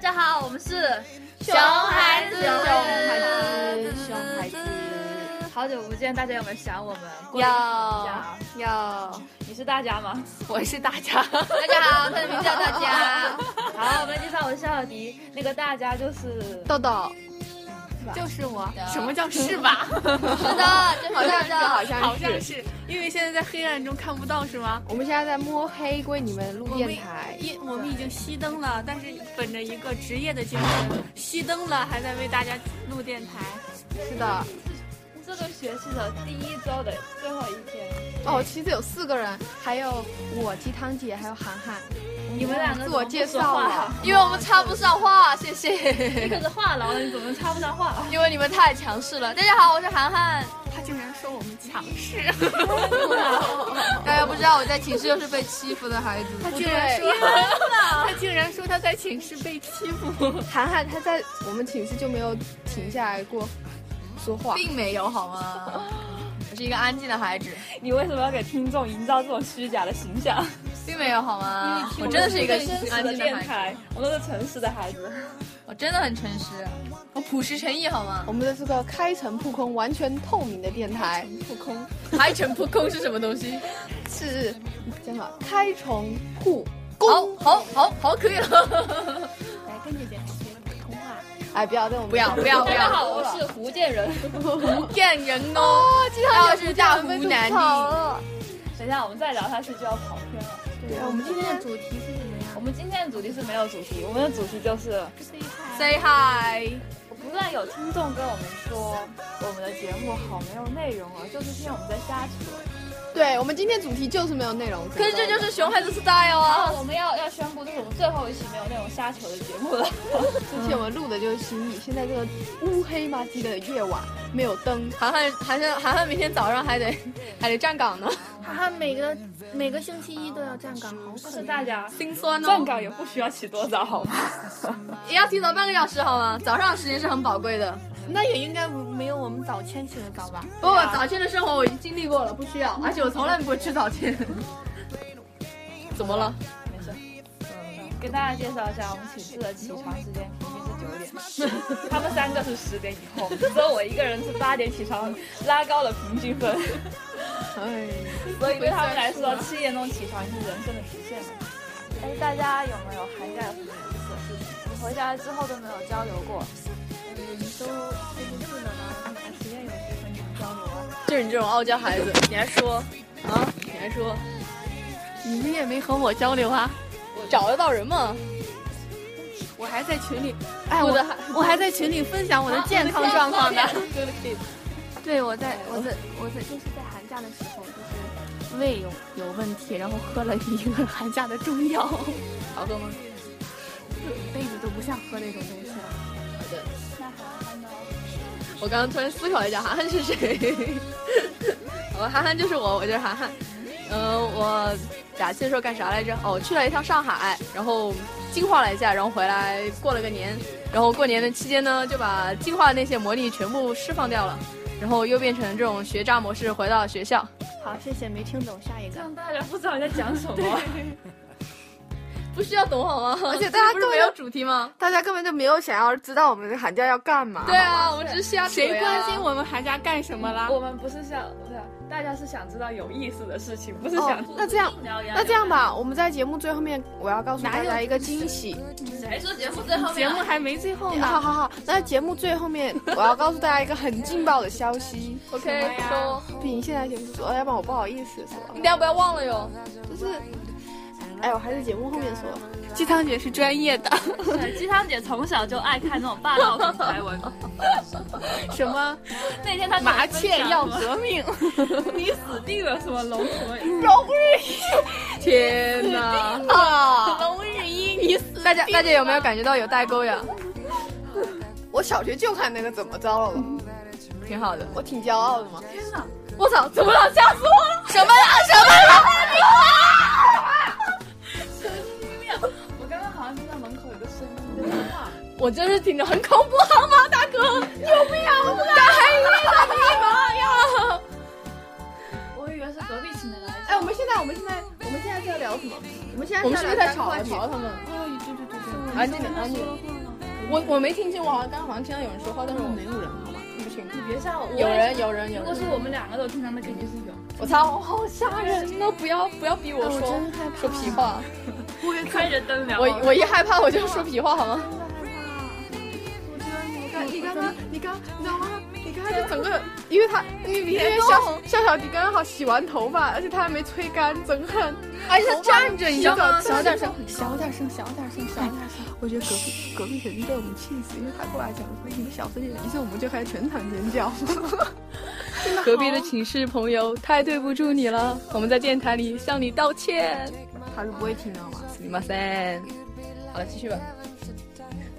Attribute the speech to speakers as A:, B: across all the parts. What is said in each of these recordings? A: 家好，我们是
B: 熊孩子
A: 熊孩子，
B: 熊孩子
A: 好久不见，大家有没有想我们？
B: 要要，
A: 你是大家吗？
B: 我是大家，
A: 大家好，他的名叫大 家。好，我们介绍我是夏小迪，那个大家就是
B: 豆豆
A: 吧
B: 就是我
A: 的。
C: 什么叫是吧？
A: 是的，就是
B: 好像是，好
C: 好
B: 像
C: 像
B: 是。
C: 是，因为现在在黑暗中看不到，是吗？
B: 我们现在在摸黑为你们录
C: 我们
B: 电台，
C: 一我们已经熄灯了，但是本着一个职业的精神，熄灯了还在为大家录电台。
B: 是的。
A: 这个学期的第一周的最后一天，
B: 哦，其实有四个人，还有我鸡汤姐，还有涵涵。
A: 你们两个
B: 自我介绍了
A: 了，，
B: 因为我们插不上话，谢
A: 你
B: 谢。
A: 可是话痨了，你怎么插不上话痨？
B: 因为你们太强势了。大家好，我是涵涵。
C: 他竟然说我们强势，
B: 大家不知道我在寝室又是被欺负的孩子。
C: 他
B: 不
C: 竟然
B: 对，
C: 说，他竟然说他在寝室被欺负。
B: 涵涵她在我们寝室就没有停下来过说话。
D: 并没有好吗？我是一个安静的孩子，
A: 你为什么要给听众营造这种虚假的形象？
D: 并没有好吗？我真的是一个安静的孩子，，
A: 我们是诚实的孩子。
D: 我真的很诚实，我朴实诚意好 吗？
B: 我们这是个开诚布公、完全透明的电台，
D: 还诚不空是什么东 西？
B: 是叫什么？开诚布
D: 好
B: 公。
D: 好好好，可以 了。
C: 来跟姐姐学普通话。
B: 哎，不要对我们
D: 不要不要
A: 大
D: 不
A: 家
D: 要！
A: 好，我是福建人。
D: 福建人哦，要是大湖南的，
B: 的。
A: 等一下，我们再聊下去就要跑偏了。
B: 对，我们今天
C: 主题是什么呀
A: 我们今天的主题是没有主题，我们的主题就是
D: ？Say hi。
A: 我不断有听众跟我们说，我们的节目好没有内容啊，就是因为我们在瞎扯。
B: 对，我们今天主题就是没有内容。
D: 可是这就是熊孩子 style
A: 然
D: 啊！
A: 后我们要要宣布，这是我们最后一期没有内容瞎扯的节目了。
B: 之前我们录的就是心意，现在这个乌黑麻鸡的夜晚没有灯，
D: 涵涵，涵涵，涵涵，明天早上还得还得站岗呢，
C: 涵涵每个每个星期一都要站岗，好 可
A: 是大家
D: 心酸
A: 站
D: 哦。
A: 岗也不需要起多早，好吗？嗯
D: 也要提早半个小时好吗？早上的时间是很宝贵的。
C: 那也应该没有我们早千起的早吧？
D: 不，早间的生活我已经经历过了，不需要，而且我从来不会吃早间。怎么了？
A: 没事。嗯跟大家介绍一下，我们寝室的起床时间平均是九点，他们三个是十点以后，只有我一个人是八点起床，拉高了平均分。
B: 哎，
A: 所以对他们来说，七点钟起床是人生的极限了。但是哎大家有没有涵盖父母彼此的事情？我们回家之后都没有交流过。嗯
C: 都最近住了吗？实验有机会你们交流啊。
D: 就是你这种傲娇孩子，你还说啊？你还说
C: 你们也没和我交流啊？
D: 找得到人吗？
C: 我还在群里，哎，
D: 我
C: 我
D: 的
C: 我还在群里分享我的健康状况呢。对，我在我在我在就是在寒假的时候，就是胃有有问题，然后喝了一个寒假的中药，
D: 好喝吗？
C: 辈子都不想喝那种东西了。
D: 好的。我刚刚突然思考一下，涵涵是谁？ 我涵涵就是我，我就是涵涵。嗯、我假期的时候干啥来着？哦，去了一趟上海，然后 进化了一下，然后回来过了个年，然后过年的期间呢，就把进化的那些魔力全部释放掉了，然后又变成这种学渣模式回到学校。
C: 好，谢谢，没听懂，下一个。
A: 让大家不知道你在讲什么。
D: 不需要懂好吗？
B: 而且大家
D: 不是
B: 根
D: 没
B: 本
D: 有
B: 就
D: 主题吗？
B: 大家根本就没有想要知道我们的寒假要干嘛。
D: 对啊，我们只是瞎扯呀
C: 谁关心？我们寒假干什么 啦？
A: 我们不是想，不是大家是想知道有意思的事情，不是想
B: 哦。那这样，那这样，吧，我们在节目最后面，我要告诉大家一个惊喜。
D: 谁说节目最后
C: 节目还没最后
B: 哦好
C: 呢。
B: 好好，那节目最后面，我要告诉大家一个很劲爆的消息。
D: ？OK，说，
B: 比你现在节目说，哎要不然我不好意思说。
D: 你等下不要忘了哟。
B: 就是，哎，我还是节目后面说。
C: 鸡汤姐是专业 的，
A: 对鸡汤姐从小就爱看那种霸道总裁文，
C: 什么
A: 那天她跟我
C: 麻雀
A: 分享
C: 要
A: 说
C: 革命，
A: 你死定了，什么龙什么。
D: 天 哪！啊，
C: 龙日一，你死
D: 大家大家有没有感觉到有代沟呀？
B: 我小学就看那个怎么着了嘛，
D: 挺好的。
B: 我挺骄傲的嘛。
D: 我操，怎么了？吓死我了！什么了？什么
A: 我刚刚好像听到门口有个声音在说话。
D: 我真是听着很恐怖，好吗，大 哥？有病啊！我不敢。大黑衣的妈呀！
A: 我以为是隔壁寝的来
B: 哎，我们现在，我们现在，我们现在在聊什么？我们现在
D: 我们是不是
B: 在
D: 在吵
B: 啊？
D: 吵他们？
C: 哦，对对对对，
D: 安静点，安静点。我我没听清，我好像刚刚好像听到有人说话，但是我没有人，好吗？不清楚
A: 你。别笑我，
D: 有人，有人，有
A: 如果
D: 人
A: 是。我们两个都听到，那肯定是有。
D: 我操，好吓人呢！不要不要逼我
C: 哎我
D: 说
C: 真害怕
D: 说皮话，
A: 开着灯聊
D: 我我一害怕我就说皮话，好吗？
B: 你
D: 你
B: 干
D: 刚
B: 嘛
D: 刚？，你刚，你知道吗？你刚才就整个，因为他，因为因为小小小迪刚刚好洗完头发，而且他还没吹干，整个 人，而且站着，你知道吗？
C: 小点声，小点声，小点声，小点
D: 哎
C: 声。我觉得隔壁隔壁人对我们气死，因为他过来讲说你们小声点，于是我们就开始全场尖叫。
B: 隔壁的寝室朋友，太对不住你了，我们在电台里向你道歉。
D: 他是不会听到吗？
B: すみません。好了，继续吧。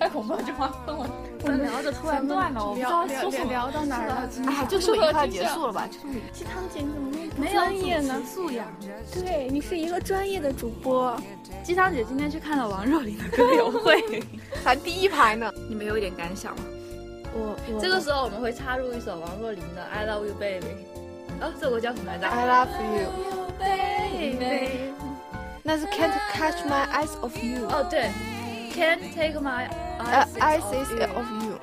A: 太恐怖了，这话喷我。我们聊着突然断了，我不知道说什么。
D: 聊到哪儿了？
C: 哎呀，就
D: 这么愉快
C: 结束了吧？鸡汤姐，你怎么没有专业呢？素养？对你是一个专业的主播。
A: 鸡汤姐今天去看了王若琳的歌友会，
D: 还第一排呢。
A: 你们有一点感想吗？
C: 我我
A: 这个时候我们会插入一首王若琳的《I Love You Baby》。啊，这首歌叫什么来着
D: I love you，那是 Can't catch my eyes of you，
A: 哦，对，Can't take my
D: 呃
A: eyes
D: Oh, ，eyes
A: off
D: is
A: you
D: of you。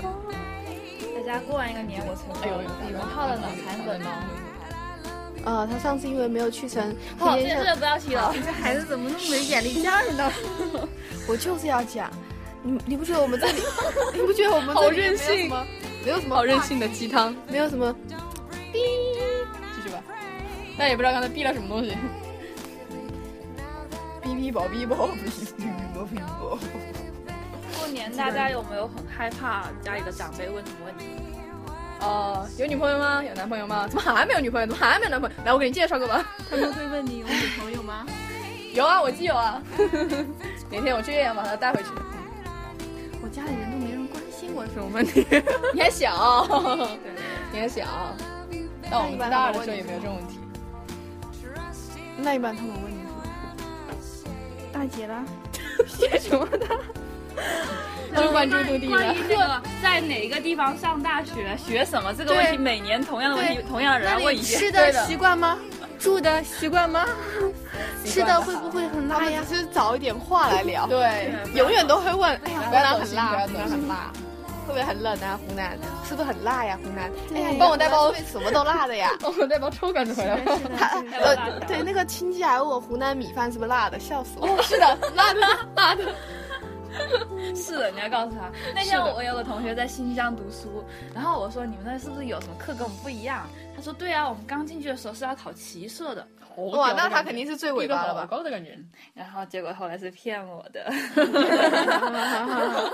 A: 大家过完一个年，我成功了，你们泡了脑残粉哦吗？
D: 呃，他上次因为没有去成，
A: 好，
D: 黑
A: 这
D: 夜
A: 这
D: 下，
A: 个不要提了。
C: 这孩子怎么那么没眼力见儿呢？
D: 我就是要讲，你你不觉得我们这里， 你不觉得我们这里没有什么，没有什么
B: 好任性的鸡汤，
D: 没有什么，
B: 继续吧。但也不知道刚才逼了什么东西。
D: 哔哔宝哔宝哔哔宝哔宝。
A: 过年大家有没有很害怕家里的长辈问什么问题？
B: 哦、有女朋友吗？有男朋友吗？怎么还没有女朋友？怎么还没有男朋友？来，我给你介绍个吧。
C: 他们会问你有女朋友吗？
B: 有啊，我基友啊。 哪天我去岳阳把他带回去。
C: 我家里人都没人关心我这种问题。
B: 你还小，你还小。但我们大二的时候也没有这种问题。
D: 那一般他们问你什么？
C: 大姐啦，
B: 写什么的？就关注度低
A: 关
B: 了
A: 于。这个在哪个地方上大学、学什么这个问题，
D: 对
A: 每年同样的问题
D: 对，
A: 同样的人
D: 那
A: 要问
D: 你
A: 一遍。
D: 吃的
B: 对的
D: 习惯吗？住的习惯吗？
C: 吃的会不会很
D: 他
C: 辣
D: 们
C: 呀？
D: 只是找一点话来聊，
B: 对，
D: 永远都会问，哎呀，
B: 不
D: 湖
B: 要
D: 南
B: 走
D: 很
B: 心
D: 辣，
B: 不
D: 湖
B: 要走
D: 南
B: 心。
D: 很辣，会不会很冷啊？湖南是不是很辣呀？湖南，哎呀，
C: 对
D: 你帮我带包什么都辣的呀
B: 我们带包臭干子回来吧。
C: 是的
D: 他
C: 是的
A: 有辣的
D: 呃，对，那个亲戚还问我湖南米饭是不是辣的，笑死我。
B: 是的，辣的辣的。
A: 是的，你要告诉他。那
B: 是
A: 天
B: 的
A: 我有个同学在新疆读书，然后我说你们那是不是有什么课跟我们不一样？他说对啊，我们刚进去的时候是要考骑射的。
D: 哇，那他肯定是最尾巴了吧？
B: 高的感觉。
A: 然后结果后来是骗我的，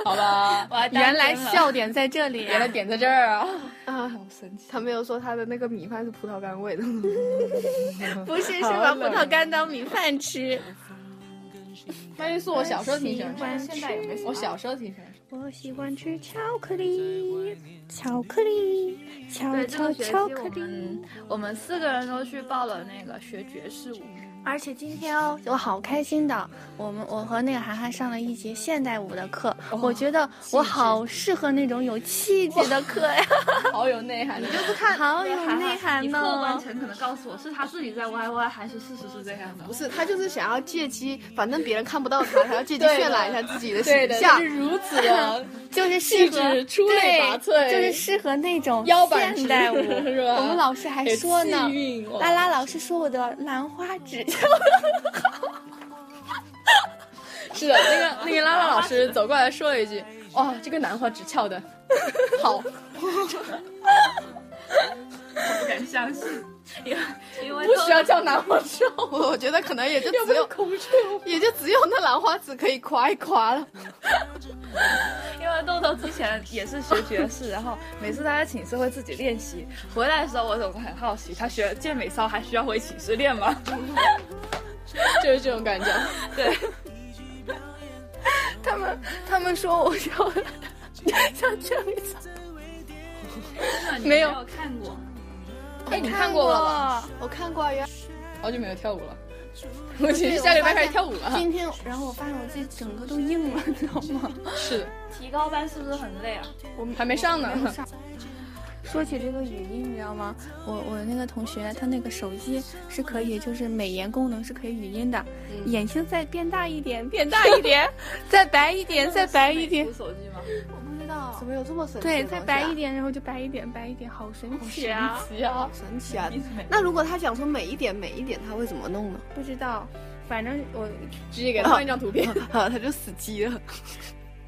B: 好吧，
A: 我还当真了
C: 原来笑点在这里、
B: 原来点在这儿啊。
D: 啊，
A: 好神奇。
D: 他没有说他的那个米饭是葡萄干味 的。
C: 不是是把葡萄干当米饭吃。
B: 麦丽素，我小时候挺喜欢吃。
A: 现在也没什么
B: 我小时候挺喜欢吃。
C: 我喜欢吃巧克力，巧克力，巧
A: 对，这
C: 巧
A: 个学期
C: 巧克
A: 我
C: 力。
A: 们我们四个人都去报了那个学爵士舞，
C: 而且今天哦，我好开心的，我们我和那个涵涵上了一节现代舞的课，我觉得我好适合那种有气质的课呀，
B: 好有内 涵，你就
C: 好有内涵
A: 你
C: 呢、
A: 客观诚恳的告诉我是他自己在 YY 还是事实是这样的
D: 不？是，他就是想要借机，反正别人看不到 他，他要借机
B: 对的
D: 渲染一下自己的
B: 对
D: 形
B: 的，
D: 象
B: 就。是如此的
C: 就是适
B: 气
C: 合
B: 质出类拔萃，
C: 对就是适合那 种
B: 腰板直
C: 现代舞。
B: 是吧？
C: 我们老师还
B: 有
C: 说呢
B: 气，韵哇
C: 拉拉老师说我的兰花 指甲
B: 是的，那个那个拉拉老师走过来说了一句：“哇，这个兰花指翘的好。
A: 不敢相信，因为因”为
B: 不需要叫兰花指，
D: 我我觉得可能也就
B: 要
D: 只
B: 不
D: 有
B: 要口水？
D: 也就只有那兰花指可以夸一夸了。
A: 因为豆豆之前也是学爵士，然后每次他在寝室会自己练习。回来的时候，我总会很好奇，他学健美操还需要回寝室练吗？
B: 就是这种感觉。
A: 对，
C: 他们他们说我像 像这样子，
A: 没有看过。
B: 哎，你看过了吧？
D: 我看过啊，原来
B: 好久没有跳舞了，我其实下礼拜开始跳舞了。
C: 今天，然后我发现我自己整个都硬了，你知道吗？
B: 是的，
A: 提高班是不是很累啊？
C: 我
B: 还没上呢
C: 我没有上 说起这个语音，你知道吗？我我那个同学，他那个手机是可以，就是美颜功能是可以语音的。
D: 嗯
C: 眼睛再变大一点，变大一点， 再白一 点，再白一点
A: 有。手机 吗？
D: 我不知道
B: 怎，么有这么
D: 啊
B: 神奇？
C: 对，再白一，点，然后就白一点，白一点，好神奇啊！
A: 急啊！
D: 神奇啊！
A: 你怎么
D: 那如果他讲说每一点每一点，他会怎么 弄呢？
C: 不知道，反正我
D: 直接给他放一张图片，啊，他就死机了。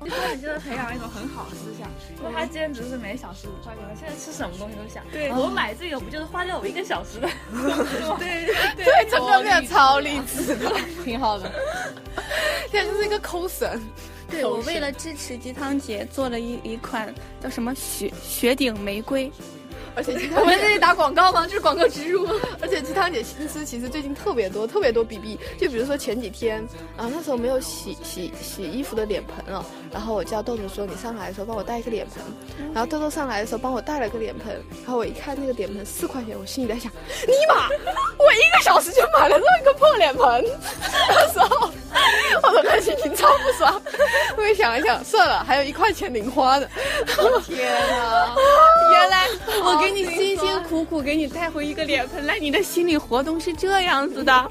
A: 其实你真的培养一种很好的思想，就他兼职是每小时五块钱，他现在吃什么东西都想，对我买这个不就是花掉我一个小时 的？
D: 对，整个变得超励志的，
B: 挺好的。
D: 现在就是一个抠神。
C: 对我为了支持鸡汤姐做了一一款叫什么雪雪顶玫瑰，
D: 而且鸡
B: 我
D: 汤
B: 们
D: 姐，
B: 这里打广告吗？这是广告植入吗？
D: 而且鸡汤姐心思其实最近特别多，特别多 BB。就比如说前几天啊，那时候没有洗洗洗衣服的脸盆了，然后我叫豆豆说你上来的时候帮我带一个脸盆，然后豆豆上来的时候帮我带了个脸盆，然后我一看那个脸盆四块钱，我心里在想，尼玛，我一个小时就买了这么一个破脸盆， 那时候我整个心情超不爽。我也想一想，算了，还有一块钱零花呢。
B: 天哪！
C: 原来我给你辛辛苦苦给你带回一个脸盆来，你的心理活动是这样子的。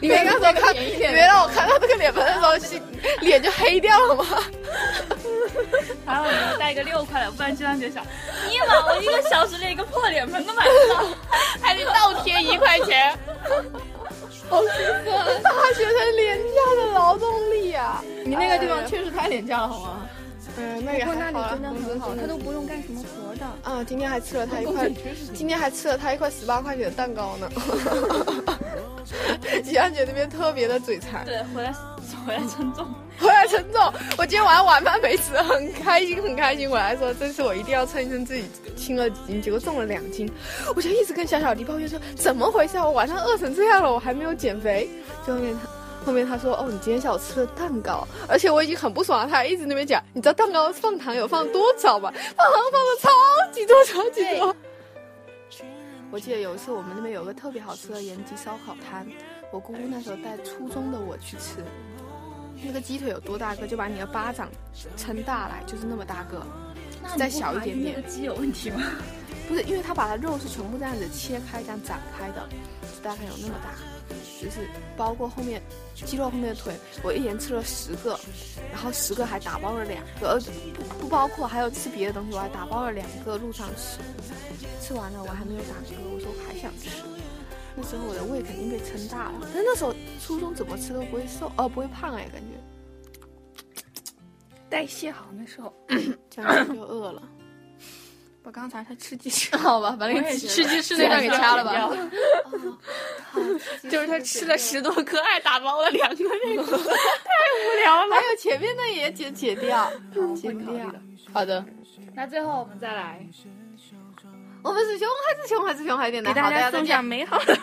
D: 你没让我看，你没让我看到这个脸盆的时候，心脸就黑掉了 吗？
A: 还好你们带一个六块的，不然鸡汤姐想，尼玛，我一个小时连一个破脸盆都买不到，还得倒贴一块钱。
D: 大学生廉价的劳动力啊！
B: 你 那个地方确实太廉价了，好吗？
D: 嗯，那也
C: 不过那
D: 还
C: 里
D: 好啦
C: 真的很好，他都不用干什么活的。
D: 啊，今天还吃了他一块，今天还吃了他一块十八块钱的蛋糕 呢。吉安姐那边特别的嘴馋，
A: 对，回来 回来称重，
D: 回来陈总，我今天晚上晚饭没吃，很开心很开心。我来说，这次我一定要称一称自己轻了几斤，结果重了两斤。我就一直跟小小迪抱怨说，怎么回事啊？我晚上饿成这样了，我还没有减肥。最后面他。后面他说：“哦，你今天下午吃了蛋糕，而且我已经很不爽了。”他还一直那边讲，你知道蛋糕放糖有放多少吗？放糖放的超级多，超级多。我记得有一次我们那边有个特别好吃的延吉烧烤摊，我姑姑那时候带初中的我去吃，那个鸡腿有多大个，就把你的巴掌撑大来，就是那么大个。再小一点点
A: 那个鸡有问题吗？
D: 不是，因为他把它肉是全部这样子切开，这样展开的，就大概有那么大，就是包括后面鸡肉后面的腿，我一连吃了十个，然后十个还打包了两个，呃，不不包括还有吃别的东西，我还打包了两个路上吃，吃完了我还没有打嗝，我说我还想吃。那时候我的胃肯定被撑大了，但是那时候初中怎么吃都不会瘦，呃，不会胖哎，感觉
C: 代谢好那时候，
D: 这样子就饿了。
C: 我刚才才吃鸡翅，
B: 好吧，把那
A: 我
B: 个
A: 也觉
B: 吃
A: 得
B: 鸡翅那段给掐了吧。
A: 吧。
C: 就是他吃了十多颗，爱打包了两个那个。
D: 还有前面那也解解掉，嗯解不掉。
B: 好的，
A: 那最后我们再来，
D: 我们是熊孩子，熊孩子，熊孩子点
C: 给
D: 的，
C: 大
D: 好，
C: 家
D: 家再
C: 送
D: 见，
C: 上美好的。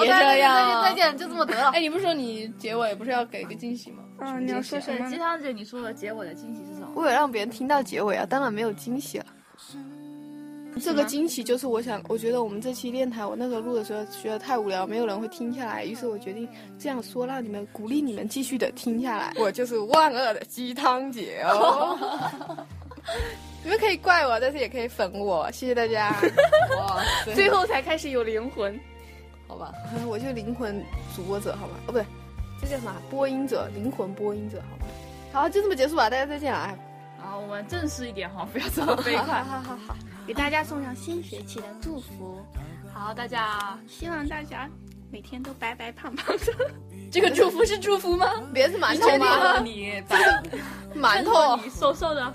B: 别这样。
D: 再见，再。见，就这么得了。
B: 哎，你不是说你结尾不是要给个惊喜吗？
C: 嗯，你要说什
A: 对，
C: 么
A: 鸡
C: 呢？
A: 汤姐，你说的结尾的惊喜是什么？
D: 为了让别人听到结尾啊，当然没有惊喜了。这个惊喜就是我想，我觉得我们这期电台，我那时候录的时候觉得太无聊，没有人会听下来，于是我决定这样说，让你们鼓励你们继续的听下来。我就是万恶的鸡汤姐哦，你们可以怪我，但是也可以粉我，谢谢大家。
B: 哇塞
C: 最后才开始有灵魂。
B: 好吧，
D: 啊我就灵魂主播者，好吧？哦，不对，这叫什么？播音者，灵魂播音者，好吧？好，就这么结束吧，大家再见啊！哎
A: 然后我们正式一点哈，不要这么 悲
D: 好
A: 观。
D: 好好好，
C: 给大家送上新学期的祝福，
A: 好，大家
C: 希望大家每天都白白胖胖的。
B: 这个祝福是祝福吗？
D: 别是馒头
A: 祝
D: 吗？
A: 你白
D: 馒头，
A: 你瘦瘦 的。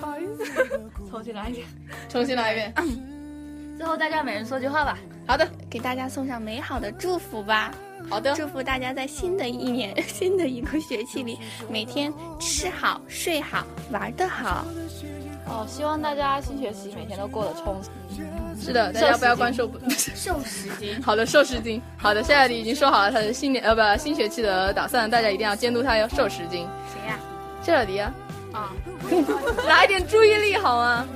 A: 不好意思，重新来一遍。
B: 重新来一遍。
A: 最后大家每人说句话吧。
B: 好的，
C: 给大家送上美好的祝福吧，
B: 好的，
C: 祝福大家在新的一年、 新的一个学期里，每天吃好、睡好、玩得好。
A: 哦，希望大家新学期每天都过得充实。
B: 是的，大家不要光说 不。
C: 瘦十斤，
B: 好的，瘦十斤。好的，夏夏迪已经说好了他的新年呃不新学期的打算，大家一定要监督他要瘦十斤。
C: 谁呀、
B: 夏小迪啊，
C: 啊？
B: 来点注意力好 吗？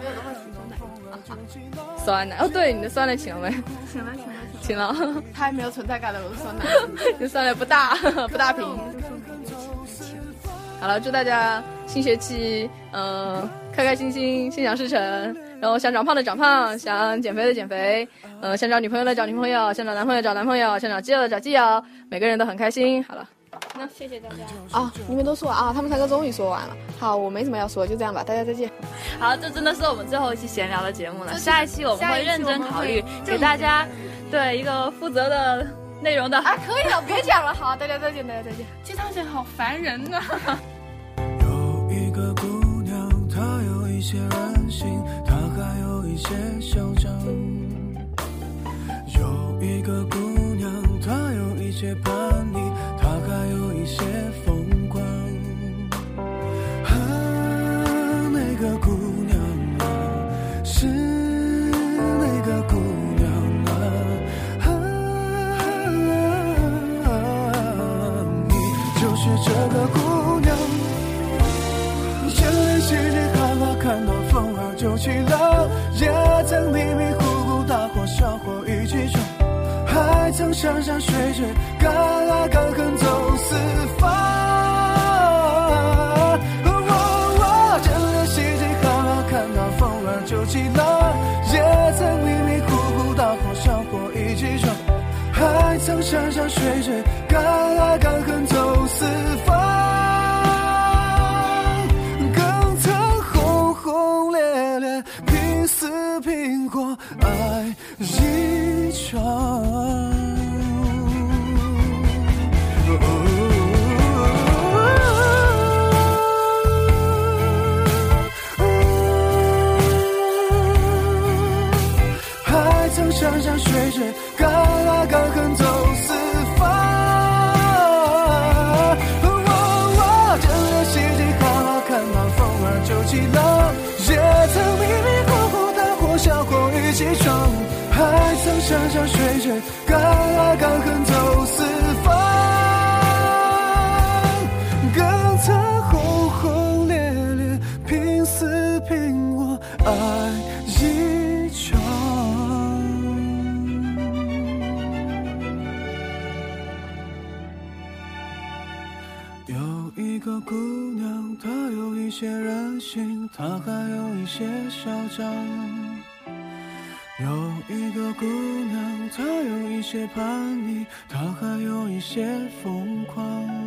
B: 酸奶哦，对，你的酸奶请了没？
C: 行了行了行了，
B: 请了，
D: 太没有存在感了，我的酸奶。
B: 你的酸奶不大 不大瓶。好了，祝大家新学期呃
D: 开开心心，心想事成。然后想长胖的长胖，想减肥的减肥，呃，想找女朋友的找女朋友，想找男朋友找男朋友，想找基友的找基友，每个人都很开心。好了，
C: 那谢谢大家。
B: 啊，你们都说完啊，他们三个终于说完了。好，我没什么要说，就这样吧，大家再见。
A: 好，这真的是我们最后一期闲聊的节目了。
C: 这是
A: 下一期我们
C: 下
A: 会
C: 一期
A: 认
C: 我
A: 真
C: 们
A: 考
C: 会
A: 虑
C: 正
A: 给大家对一个负责的内容的。
B: 啊，可以了，别讲了。好，大家再见，大家再见。
C: 这趟人好烦人
A: 啊
C: 呐、
E: 有一个姑娘，她有一些任性，她还有一些嚣张。有一个姑娘，她有一些叛逆，她还有一些疯狂。啊，那个姑娘啊，是啊那个姑娘啊，啊，你就是这个姑娘。眼泪稀里哗啦，看到风儿就起了。也曾迷迷糊糊，大火小火一起闯，还曾山山水水，敢爱敢恨走四方。哦哦眼泪稀里哗啦，看到风儿就起了。也曾迷迷糊糊，大火小火一起闯，还曾山山水水，敢爱敢恨走四方。更曾轰轰烈烈，拼死拼活爱一场。还曾山山水水，敢爱敢恨走四方。哦哦，真的稀里哗啦，看到风儿就起浪，也曾迷迷糊糊，大火小火一起闯，还曾山山水水，敢爱敢恨走四方。更曾轰轰烈烈，拼死拼活爱一场。有一个姑娘，她有一些任性，她还有一些嚣张。有一个姑娘，她有一些叛逆，她还有一些疯狂。